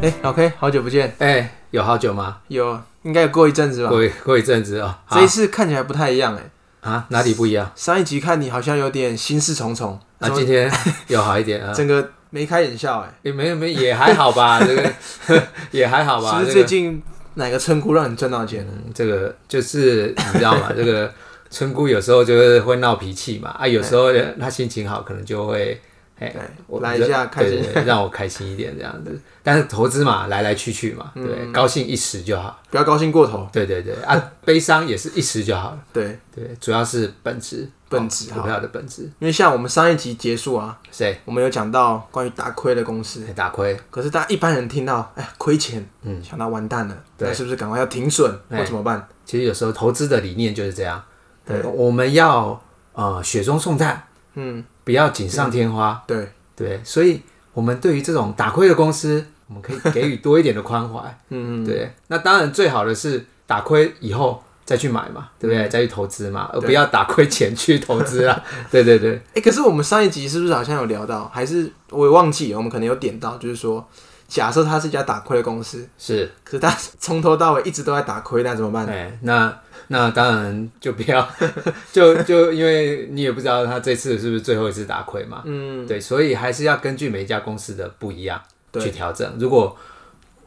哎、老 K，好久不见，哎、有好久吗？有应该有过一阵子吧？过一过一阵子哦。啊这一次看起来不太一样哎、啊啊，哪里不一样？上一集看你好像有点心事重重，那、今天有好一点啊？整个眉开眼笑哎、也没有没有也还 好吧，这个 也还好吧。是不是这最个近哪个村姑让你赚到钱了？嗯这个就是你知道 吗？这个村姑有时候就是会闹脾气嘛，啊，有时候呃她心情好，可能就会哎对，我来一下开心，对对对让我开心一点这样子。但是投资嘛，来来去去嘛，嗯对，高兴一时就好。不要高兴过头，对对对 啊，悲伤也是一时就好了。对，对，主要是本质，本质哦好股票的本质。因为像我们上一集结束啊，谁哎我们有讲到关于打亏的公司，打亏？可是大家一般人听到哎亏钱，嗯想到完蛋了，对那是不是赶快要停损哎或怎么办？其实有时候投资的理念就是这样，对我们要呃雪中送炭，嗯，不要锦上添花，对，嗯对，所以我们对于这种打亏的公司，我们可以给予多一点的宽 怀，嗯嗯，对，那当然最好的是打亏以后再去买嘛，对不对？再去投资嘛，而不要打亏前去投资啊，对对对，哎、可是我们上一集是不是好像有聊到，还是我也忘记了，我们可能有点到，就是说，假设它是一家打亏的公司，是，可是它从头到尾一直都在打亏，那怎么办？哎，那那当然就不要， 就就因为你也不知道他这次是不是最后一次打亏嘛， 嗯，对，所以还是要根据每一家公司的不一样对去调整。如果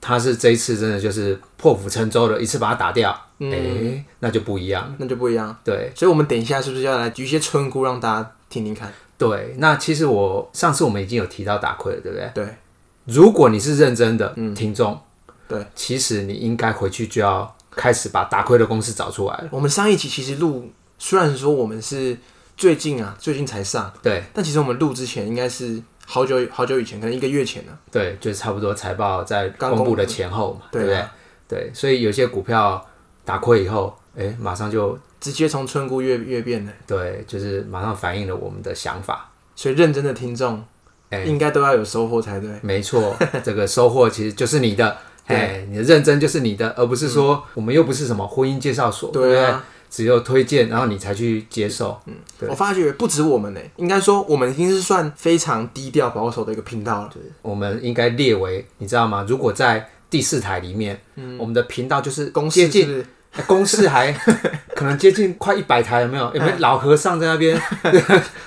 他是这一次真的就是破釜沉舟了，一次把它打掉，哎、嗯那就不一样。那就不一样。对所以我们等一下是不是要来举一些村姑让大家听听 看？对，那其实我上次我们已经有提到打亏了，对不对？对，嗯如果你是认真的、听众，对，其实你应该回去就要开始把打亏的公司找出来了。我们上一集其实录，虽然说我们是最近啊，最近才上，对但其实我们录之前应该是好久好久以前，可能一个月前了、对，就是差不多财报在刚公公布的前后嘛，对对啊不对？对，所以有些股票打亏以后，哎，马上就直接从村姑越越变了。对，就是马上反映了我们的想法。所以认真的听众哎应该都要有收获才对。没错，这个收获其实就是你的， 对哎，你的认真就是你的，而不是说我们又不是什么婚姻介绍所，对不对对？啊，只有推荐，然后你才去接受。对我发觉不止我们呢、应该说我们已经是算非常低调保守的一个频道了。我们应该列为，你知道吗？如果在第四台里面，我们的频道就是嗯公接式近是不是哎 公式还可能接近快一百台，有 没有？有没有老和尚在那边？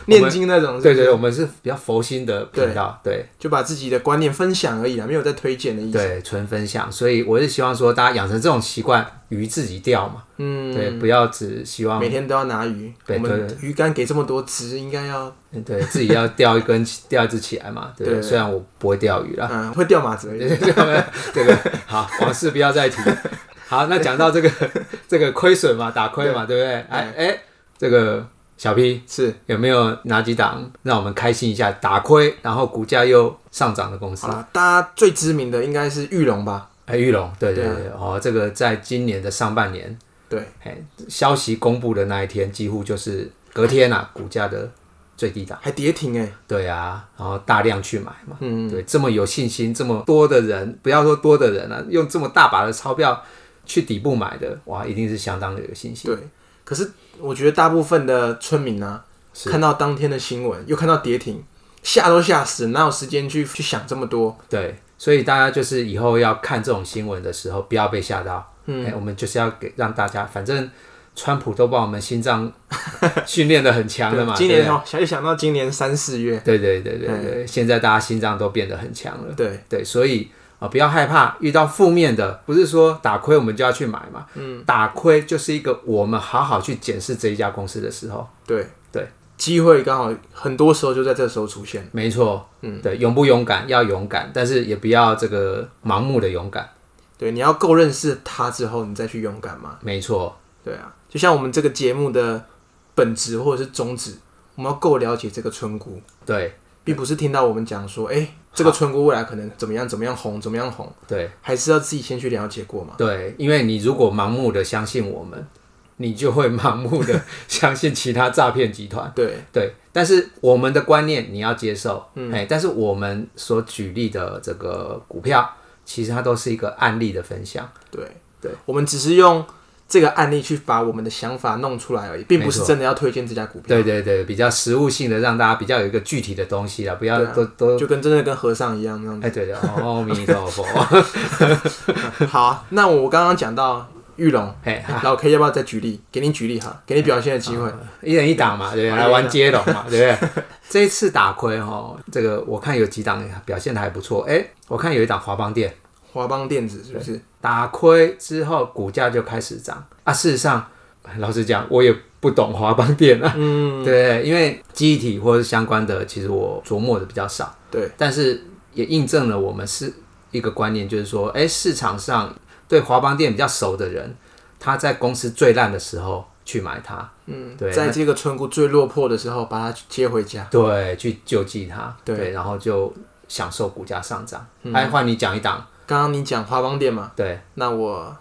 念经那种是不对是，对，对我们是比较佛心的频道，对就把自己的观念分享而已啦，没有在推荐的意思。对，纯分享。所以我是希望说，大家养成这种习惯，鱼自己钓嘛。嗯，对，不要只希望每天都要拿鱼，对我对们鱼竿给这么多只，应该要嗯对自己要钓一根 钓一只起来嘛，对不对？对虽然我不会钓鱼啦，嗯会掉马子而已。这个好往事不要 再提。好，那讲到这个 这个亏损嘛，打亏嘛，对不对？哎哎，这个小 P 是，有没有哪几档让我们开心一下？打亏，然后股价又上涨的公司好？啦，大家最知名的应该是玉龙吧？哎，玉龙，对对对啊对，哦，这个在今年的上半年，对，哎，消息公布的那一天，几乎就是隔天啊，股价的最低档。还跌停哎、对啊，然后大量去买嘛，嗯，对，这么有信心，这么多的人，不要说多的人了、啊用这么大把的钞票去底部买的，哇，一定是相当的有信心。对。可是我觉得大部分的村民啊，是看到当天的新闻，又看到跌停，吓都吓死，哪有时间去去想这么多？对，所以大家就是以后要看这种新闻的时候，不要被吓到。嗯、我们就是要给让大家，反正川普都把我们心脏训练的很 强了嘛。今对年不哦，想一想到今年三四月，对对对对对对，现在大家心脏都变得很强了。对，嗯对，所以啊、呃不要害怕遇到负面的，不是说打亏我们就要去买嘛，嗯，打亏就是一个我们好好去检视这一家公司的时候，对对，机会刚好很多时候就在这时候出现。没错，嗯，对，勇不勇敢要勇敢，但是也不要这个盲目的勇敢，对，你要够认识他之后，你再去勇敢嘛。没错，对啊，就像我们这个节目的本质或者是宗旨，我们要够了解这个村姑，对并不是听到我们讲说，哎、这个村姑未来可能怎么样怎么样红，怎么样红，对还是要自己先去了解过嘛。对，因为你如果盲目的相信我们， 你就会盲目 的相信其他诈骗集团。对，嗯对，但是我们的观念你要接受，哎，但是我们所举例的这个股票，其实它都是一个案例的分享。对，对，我们只是用这个案例去把我们的想法弄出来而已，并不是没错真的要推荐这家股票，对对对，比较实物性的，让大家比较有一个具体的东西啦，不要对啊嗯都都就跟真的跟和尚一样那样哎，对的，哦，阿弥陀 佛，子。 好，啊那我刚刚讲到玉龙，哎，老 K 要不要再举例？给你举例哈，给你表现的机会。一人一档嘛，对不对？哎来玩接龙嘛，对不对？这一次打亏哦，这个我看有几档表现的还不错，哎，我看有一档华邦店华邦电子是不是？打亏之后，股价就开始涨啊。事实上，老实讲，我也不懂华邦店啊，嗯， 对，因为记忆体或者相关的，其实我琢磨的比较少，对，但是也印证了我们是一个观念，就是说，哎，市场上对华邦店比较熟的人，他在公司最烂的时候去买它。嗯，对在这个村姑最落魄的时候，把它接回家。对，去救济它，对嗯然后就享受股价上涨。哎、换你讲一档，刚刚你讲华邦电嘛，对，那我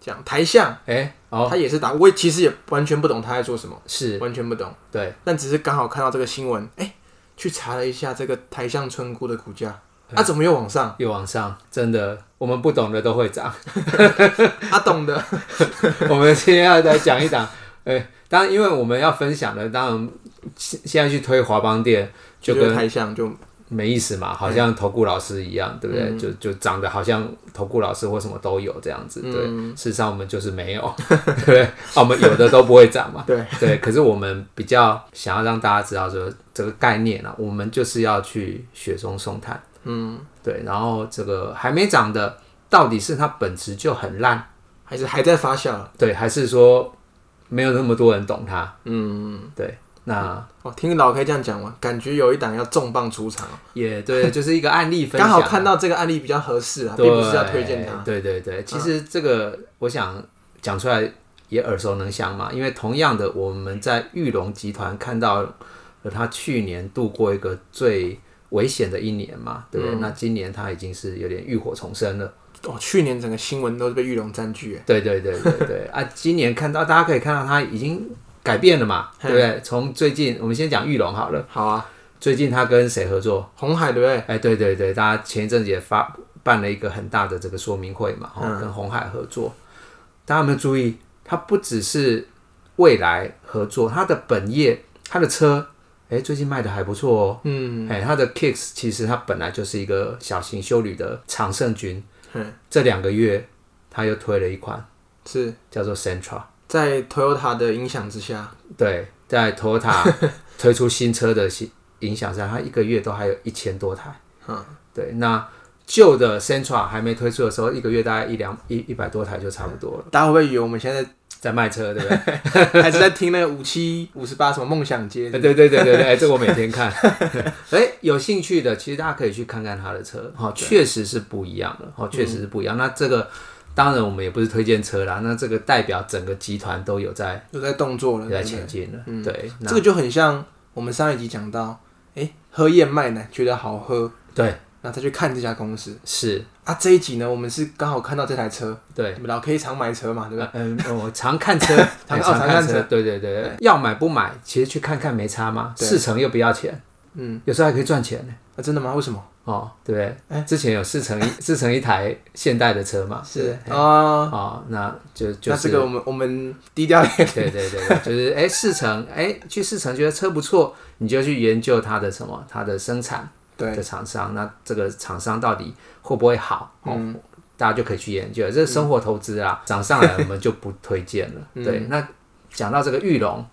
讲台象，哎，哦，他也是打，我也其实也完全不懂他在做什么，是，完全不懂，对，但只是刚好看到这个新闻，哎、去查了一下这个台象村姑的股价，嗯啊，怎么又往 上？又往上，真的，我们不懂的都会涨。 啊，懂的，我们今天要来讲一档， 哎，当然，因为我们要分享的，当然现现在去推华邦店就就跟是台象就没意思嘛，好像投顾老师一样，对不对？就就长得好像投顾老师或什么都有这样子，对。事实上我们就是没有， 对不对？啊，我们有的都不会涨嘛，对对。可是我们比较想要让大家知道说这个概念啊，我们就是要去雪中送炭，嗯，对。然后这个还没涨的，到底是它本质就很烂，还是还在发酵，啊对，还是说没有那么多人懂它？嗯，对，那哦，听老 K 这样讲完，感觉有一档要重磅出场，也对，就是一个案例分享刚啊。好看到这个案例比较合适啊，并对，不是要推荐嗯它，对对对，其实这个我想讲出来也耳熟能详嘛，因为同样的，我们在玉龙集团看到了他去年度过一个最危险的一年嘛，对不嗯对？那今年他已经是有点浴火重生了。哦，去年整个新闻都是被玉龙占据，对对对对对 啊！今年看到大家可以看到他已经改变了嘛，对不对？从最近我们先讲玉龙好了，好啊，最近他跟谁合作？红海对不对？哎，对对对，大家前一阵子也发办了一个很大的这个说明会嘛，哦，跟红海合作。大家有没有注意？它不只是未来合作，它的本业，它的车，哎，最近卖的还不错哦。嗯，哎，它的 Kicks 其实它本来就是一个小型修旅的常胜军，嗯，这两个月它又推了一款是叫做 Sentra，在 Toyota 的影响之下，对，在 Toyota 推出新车的新影响下，它一个月都还有一千多台。嗯，对，那旧的 Sentra 还没推出的时候，一个月大概一两一一百多台就差不多了，大家会不会以为我们现在在卖车，对不 对？还是在听那个五七五十八什么梦想街？对对对对对，哎这我每天 看。哎，有兴趣的，其实大家可以去看看他的车，哈、哦，确实是不一样的，哦，确实是不一嗯样。那这个当然我们也不是推荐车啦，那这个代表整个集团都有在有在动作了，有在对前进了，对，不对嗯这个就很像我们上一集讲到，哎，喝燕麦奶觉得好喝，对，那他去看这家公司是，啊。这一集呢，我们是刚好看到这台车，对。你们老 K 常买车嘛，对吧？，嗯，我常看车 常哎哦常看车哎车，对对对，要买不买，其实去看看没差嘛，对四成又不要钱，嗯，有时候还可以赚钱呢，啊，真的吗？为什么？哦，对不对？之前有四 成一四成一台现代的车嘛，哎是啊，哦，那就就那这是个我们我们低调一点，对对对，对就是哎四成哎去四成觉得车不错，你就去研究它的什么它的生产对，的厂商，那这个厂商到底会不会好？哦，嗯大家就可以去研究，这是生活投资啊，涨上来我们就不推荐了。嗯对，那讲到这个玉龙，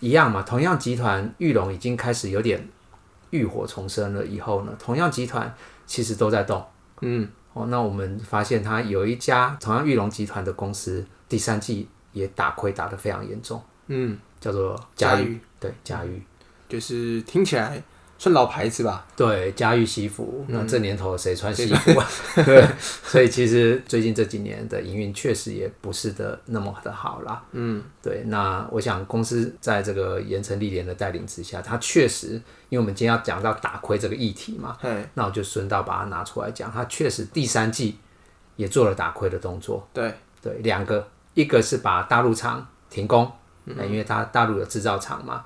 一样嘛，同样集团玉龙已经开始有点浴火重生了，以后呢，同样集团其实都在动。嗯，哦，那我们发现它有一家同样玉龙集团的公司，第三季也打亏打得非常严重，嗯，叫做嘉嘉裕，裕对嘉裕。就是听起来算老牌子吧，对，家喻西服。那这年头谁穿西服啊？嗯 对，所以其实最近这几年的营运确实也不是的那么的好啦。嗯，对。那我想公司在这个严城历练的带领之下，它确实，因为我们今天要讲到打亏这个议题嘛，嘿，那我就顺道把它拿出来讲，它确实第三季也做了打亏的动作。对，对，两个，一个是把大陆厂停工，嗯那因为它大陆有制造厂嘛。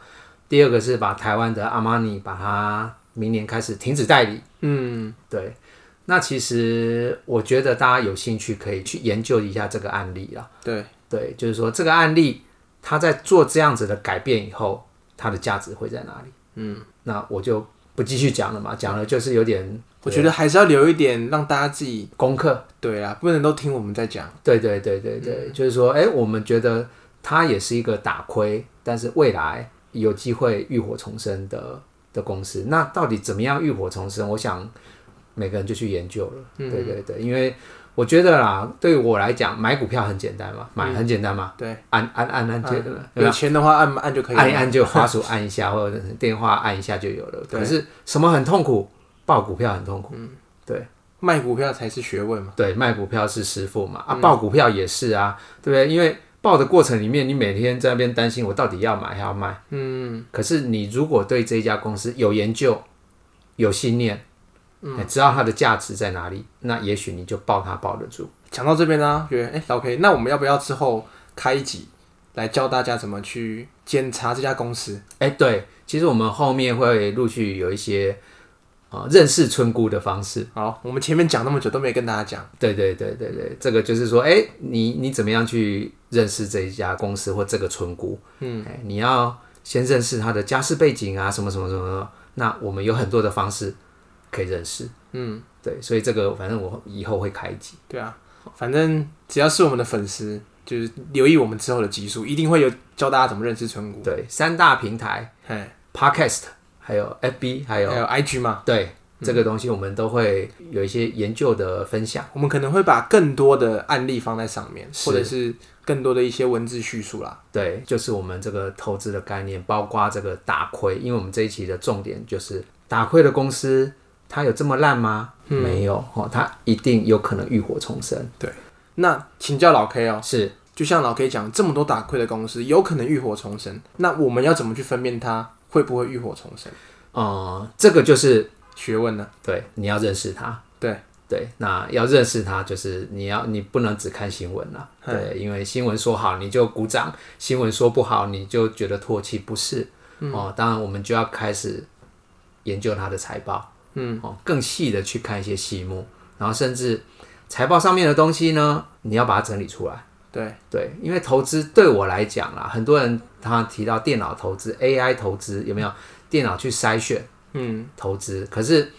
第二个是把台湾的阿玛尼把它明年开始停止代理。嗯，对，那其实我觉得大家有兴趣可以去研究一下这个案例啦。对，对，就是说这个案例，它在做这样子的改变以后，它的价值会在哪里？嗯，那我就不继续讲了嘛，讲了就是有点我觉得还是要留一点让大家自己功课。对啊，不能都听我们在讲。对对对对对，嗯就是说，哎，我们觉得它也是一个打亏，但是未来有机会浴火重生的的公司。那到底怎么样浴火重生？我想每个人就去研究了。嗯对对对，因为我觉得啦，对我来讲，买股票很简单嘛，嗯买很简单嘛，对，按按按按就。有钱的话按按嗯就可以了。按一按 就滑鼠按一下，或者是电话按一下就有了。可是什么很痛苦？报股票很痛苦。卖股票才是学问嘛。对，卖股票是师傅嘛，啊，报股票也是啊，对不对？因为报的过程里面，你每天在那边担心我到底要买还要卖，嗯，可是你如果对这一家公司有研究、有信念，嗯，知道它的价值在哪里，那也许你就抱它抱得住。讲到这边呢、觉得哎、老 K，那我们要不要之后开一集来教大家怎么去检查这家公司？哎，对，其实我们后面会陆续有一些啊、呃认识村姑的方式。好，我们前面讲那么久都没跟大家讲，对对对对对，这个就是说，哎，你你怎么样去认识这一家公司或这个村姑？嗯，你要先认识他的家世背景啊，什么什么什么什么。那我们有很多的方式可以认识。嗯，对，所以这个反正我以后会开一集。对啊，反正只要是我们的粉丝，就是留意我们之后的集数，一定会有教大家怎么认识存股。对，三大平台嘿， Podcast，还有 FB，还有还有 IG 嘛，对。这个东西我们都会有一些研究的分享，我们可能会把更多的案例放在上面，是或者是更多的一些文字叙述啦。对，就是我们这个投资的概念，包括这个打亏，因为我们这一期的重点就是打亏的公司，它有这么烂吗？没有哦，它一定有可能浴火重生。那请教老 K 哦，是就像老 K 讲，这么多打亏的公司，有可能浴火重生，那我们要怎么去分辨它会不会浴火重生？呃，这个就是学问呢？对，你要认识它。对对，那要认识它，就是你要你不能只看新闻啦。对，因为新闻说好你就鼓掌，新闻说不好你就觉得唾弃，不是、哦。当然，我们就要开始研究它的财报，嗯，哦，更细的去看一些细目，然后甚至财报上面的东西呢，你要把它整理出来。对，对，因为投资对我来讲啦，很多人他提到电脑投资、AI 投资，有没有电脑去筛选嗯，投资？可是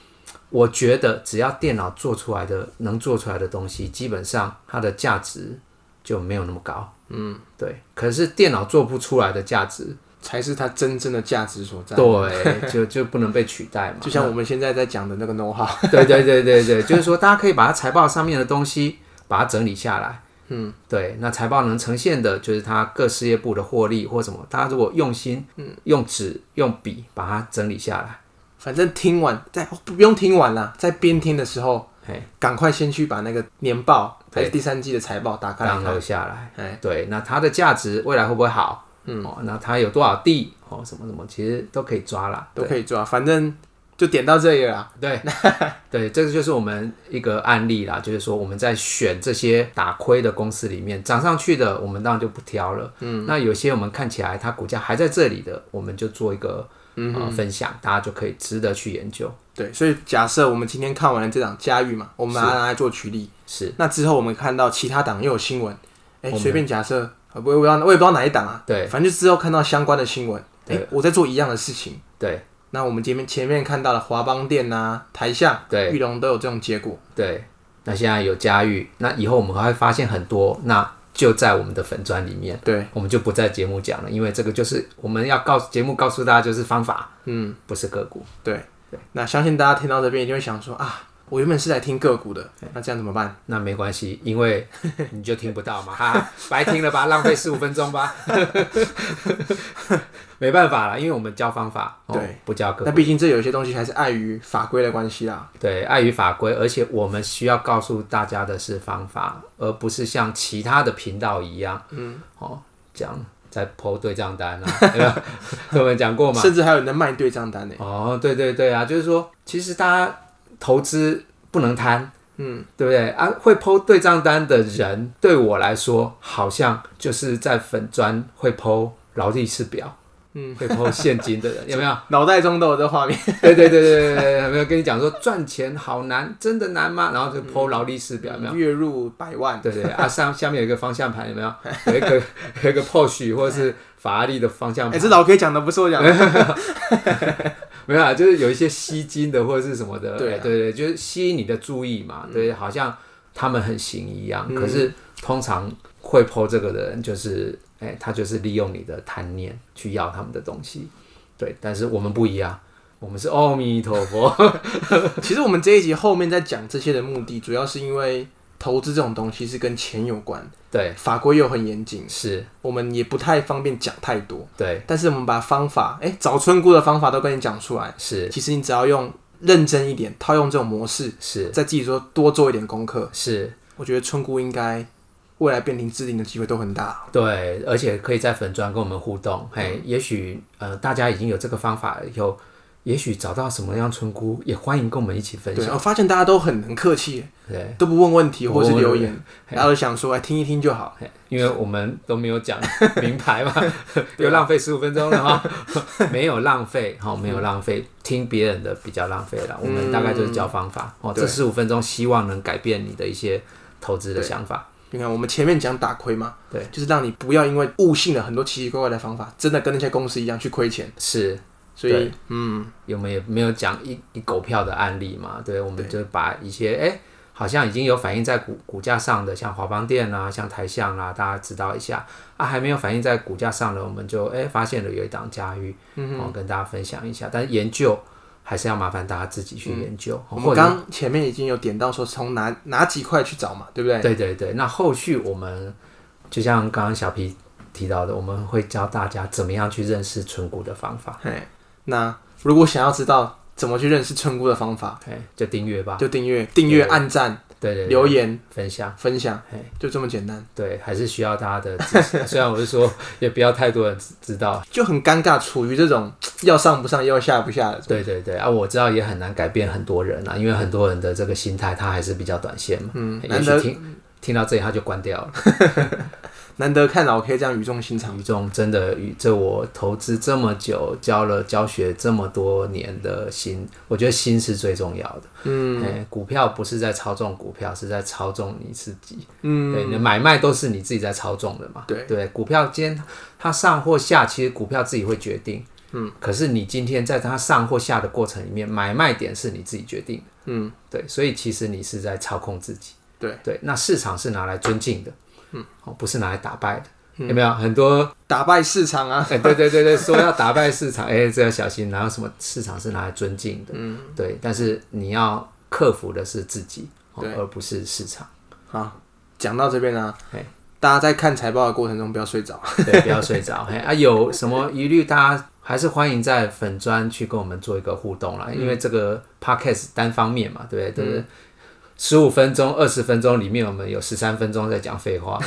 我觉得，只要电脑做出来的能做出来的东西，基本上它的价值就没有那么高。嗯，对。可是电脑做不出来的价值，才是它真正的价值所在。对，就就不能被取代嘛。 就像我们现在在讲的那个 know how， 对对对对对，就是说大家可以把它财报上面的东西把它整理下来。嗯，对，那财报能呈现的就是它各事业部的获利或什么，大家如果用心，嗯，用纸用笔把它整理下来，反正听完在不用听完啦，在边听的时候，嘿，赶快先去把那个年报还对是第三季的财报打开来然看。后下来，哎，对，那它的价值未来会不会好？嗯，哦，那它有多少地？哦，什么什么，其实都可以抓啦。都可以抓，反正就点到这里了啦。对，对，这个就是我们一个案例啦，就是说我们在选这些打亏的公司里面，涨上去的我们当然就不挑了，嗯，那有些我们看起来它股价还在这里的，我们就做一个嗯呃分享，大家就可以值得去研究。对，所以假设我们今天看完了这档佳玉嘛，我们把它拿来做举例。是，那之后我们看到其他档又有新闻，哎、随便假设，呃不，我也不知道，我也不知道哪一档啊。对反正就之后看到相关的新闻，哎、我在做一样的事情。对那我们前面前面看到了华邦店呐、台象、对玉龙都有这种结果。对。那现在有嘉裕，那以后我们还会发现很多，那就在我们的粉砖里面，对，我们就不在节目讲了，因为这个就是我们要告节目告诉大家就是方法，嗯，不是个股。对，那相信大家听到这边一定会想说啊，我原本是来听个股的，那这样怎么办？那没关系，因为你就听不到嘛， 哈哈，白听了吧，浪费十五分钟吧， 没办法了，因为我们教方法，哦、对，不教个那毕竟这有些东西还是碍于法规的关系啦。对，碍于法规，而且我们需要告诉大家的是方法，而不是像其他的频道一样，嗯，哦，讲在抛对账单啊， 有没有？跟我们讲过嘛？甚至还有人在卖对账单呢。哦，对对对啊，就是说，其实大家投资不能贪，嗯，对不对啊？会剖对账单的人，对我来说，好像就是在粉砖会剖劳力士表，嗯，会剖现金的人，有没有？脑袋中都有这画面。对对对对对对，有没有跟你讲说赚钱好难，真的难吗？然后就剖劳力士表，有没有？月入百万，对对对啊，上下面有一个方向盘，有没有？有一个有一个 Porsche 或者是法拉利的方向哎、盘，这老 K 讲的不是我讲的， 没有啊，就是有一些吸金的或者是什么的，对啊嗯哎对对，就是吸引你的注意嘛，对，好像他们很行一样，可是通常会剖这个的人，就是哎，他就是利用你的贪念去要他们的东西，对，但是我们不一样，我们是阿弥陀 佛，其实我们这一集后面在讲这些的目的，主要是因为投资这种东西是跟钱有关，对，法规又很严谨，是，我们也不太方便讲太多。对，但是我们把方法，哎、找村姑的方法都跟你讲出来。是，其实你只要用认真一点，套用这种模式，是，在自己说多做一点功课，是。我觉得村姑应该未来变零制定的机会都很大。对，而且可以在粉砖跟我们互动。嘿，嗯也许呃，大家已经有这个方法了以后，也许找到什么样村姑，也欢迎跟我们一起分对，享。我发现大家都很很客气，对，都不问问题不或问是留问言，大家都想说，哎，听一听就好。嘿因为我们都没有讲名牌嘛， 又浪费十五分钟了哈， 没有浪费，好，没有浪费，听别人的比较浪费了。我们大概就是教方法，哦，这对十五分钟希望能改变你的一些投资的想法。你看，我们前面讲打亏嘛，对，就是让你不要因为悟性了很多奇奇怪怪的方法，真的跟那些公司一样去亏钱。是，所以，嗯，我们也没有讲一一狗票的案例嘛，对，我们就把一些哎、好像已经有反映在股股价上的，像华邦电啊，像台象啊，大家知道一下啊，还没有反映在股价上的，我们就哎、发现了有一档佳玉，嗯，哦，跟大家分享一下，但是研究还是要麻烦大家自己去研究，我哦们或者刚前面已经有点到说从哪哪几块去找嘛，对不对？对对对，那后续我们就像刚刚小皮提到的，我们会教大家怎么样去认识存股的方法，哎，那如果想要知道怎么去认识村姑的方法，哎，就订阅吧，就订阅、订阅、按赞、对对对，留言、分享。分享嘿，就这么简单。对，还是需要大家的 支持。虽然我是说，也不要太多人知知道。就很尴尬，处于这种要上不上，要下不下的。对对对啊，我知道也很难改变很多人啊，因为很多人的这个心态，他还是比较短线嘛。嗯也难许得听听到这里他就关掉了。难得看老 K 这样语重心嗯长，于仲真的与这我投资这么久，教了教学这么多年的心，我觉得心是最重要的。嗯、股票不是在操纵股票，是在操纵你自己。嗯，对，你的买卖都是你自己在操纵的嘛。对对，股票今天它上或下，其实股票自己会决定。嗯，可是你今天在它上或下的过程里面，买卖点是你自己决定的。嗯，对，所以其实你是在操控自己。对，对，那市场是拿来尊敬的，嗯，哦，不是拿来打败的。嗯有没有 很多？打败市场啊，哎，对对对对，说要打败市场，哎，这要小心。然后什么市场是拿来尊敬的，嗯，对。但是你要克服的是自己，哦对而不是市场。好，讲到这边呢、嘿大家在看财报的过程中不要睡着。 对，不要睡着。嘿啊，有什么疑虑，大家还是欢迎在粉砖去跟我们做一个互动啦。因为这个 podcast 单方面嘛，对不对？对不对？十五分钟、二十分钟里面，我们有十三分钟在讲废话。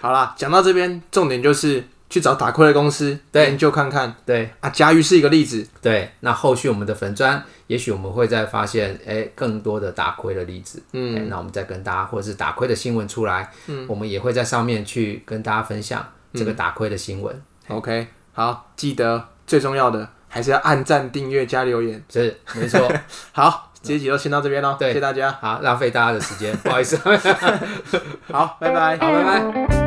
好啦，讲到这边，重点就是去找打亏的公司对研究看看对啊。佳玉是一个例子，对，那后续我们的粉砖，也许我们会再发现，哎，更多的打亏的例子。嗯哎，那我们再跟大家，或者是打亏的新闻出来，嗯，我们也会在上面去跟大家分享这个打亏的新闻。 ，OK，好，记得最重要的还是要按赞、订阅、加留言。是，没错。 好，这一集就先到这边喽，对谢谢大家，好，浪费大家的时间，不好意思。好，好，拜拜。拜拜。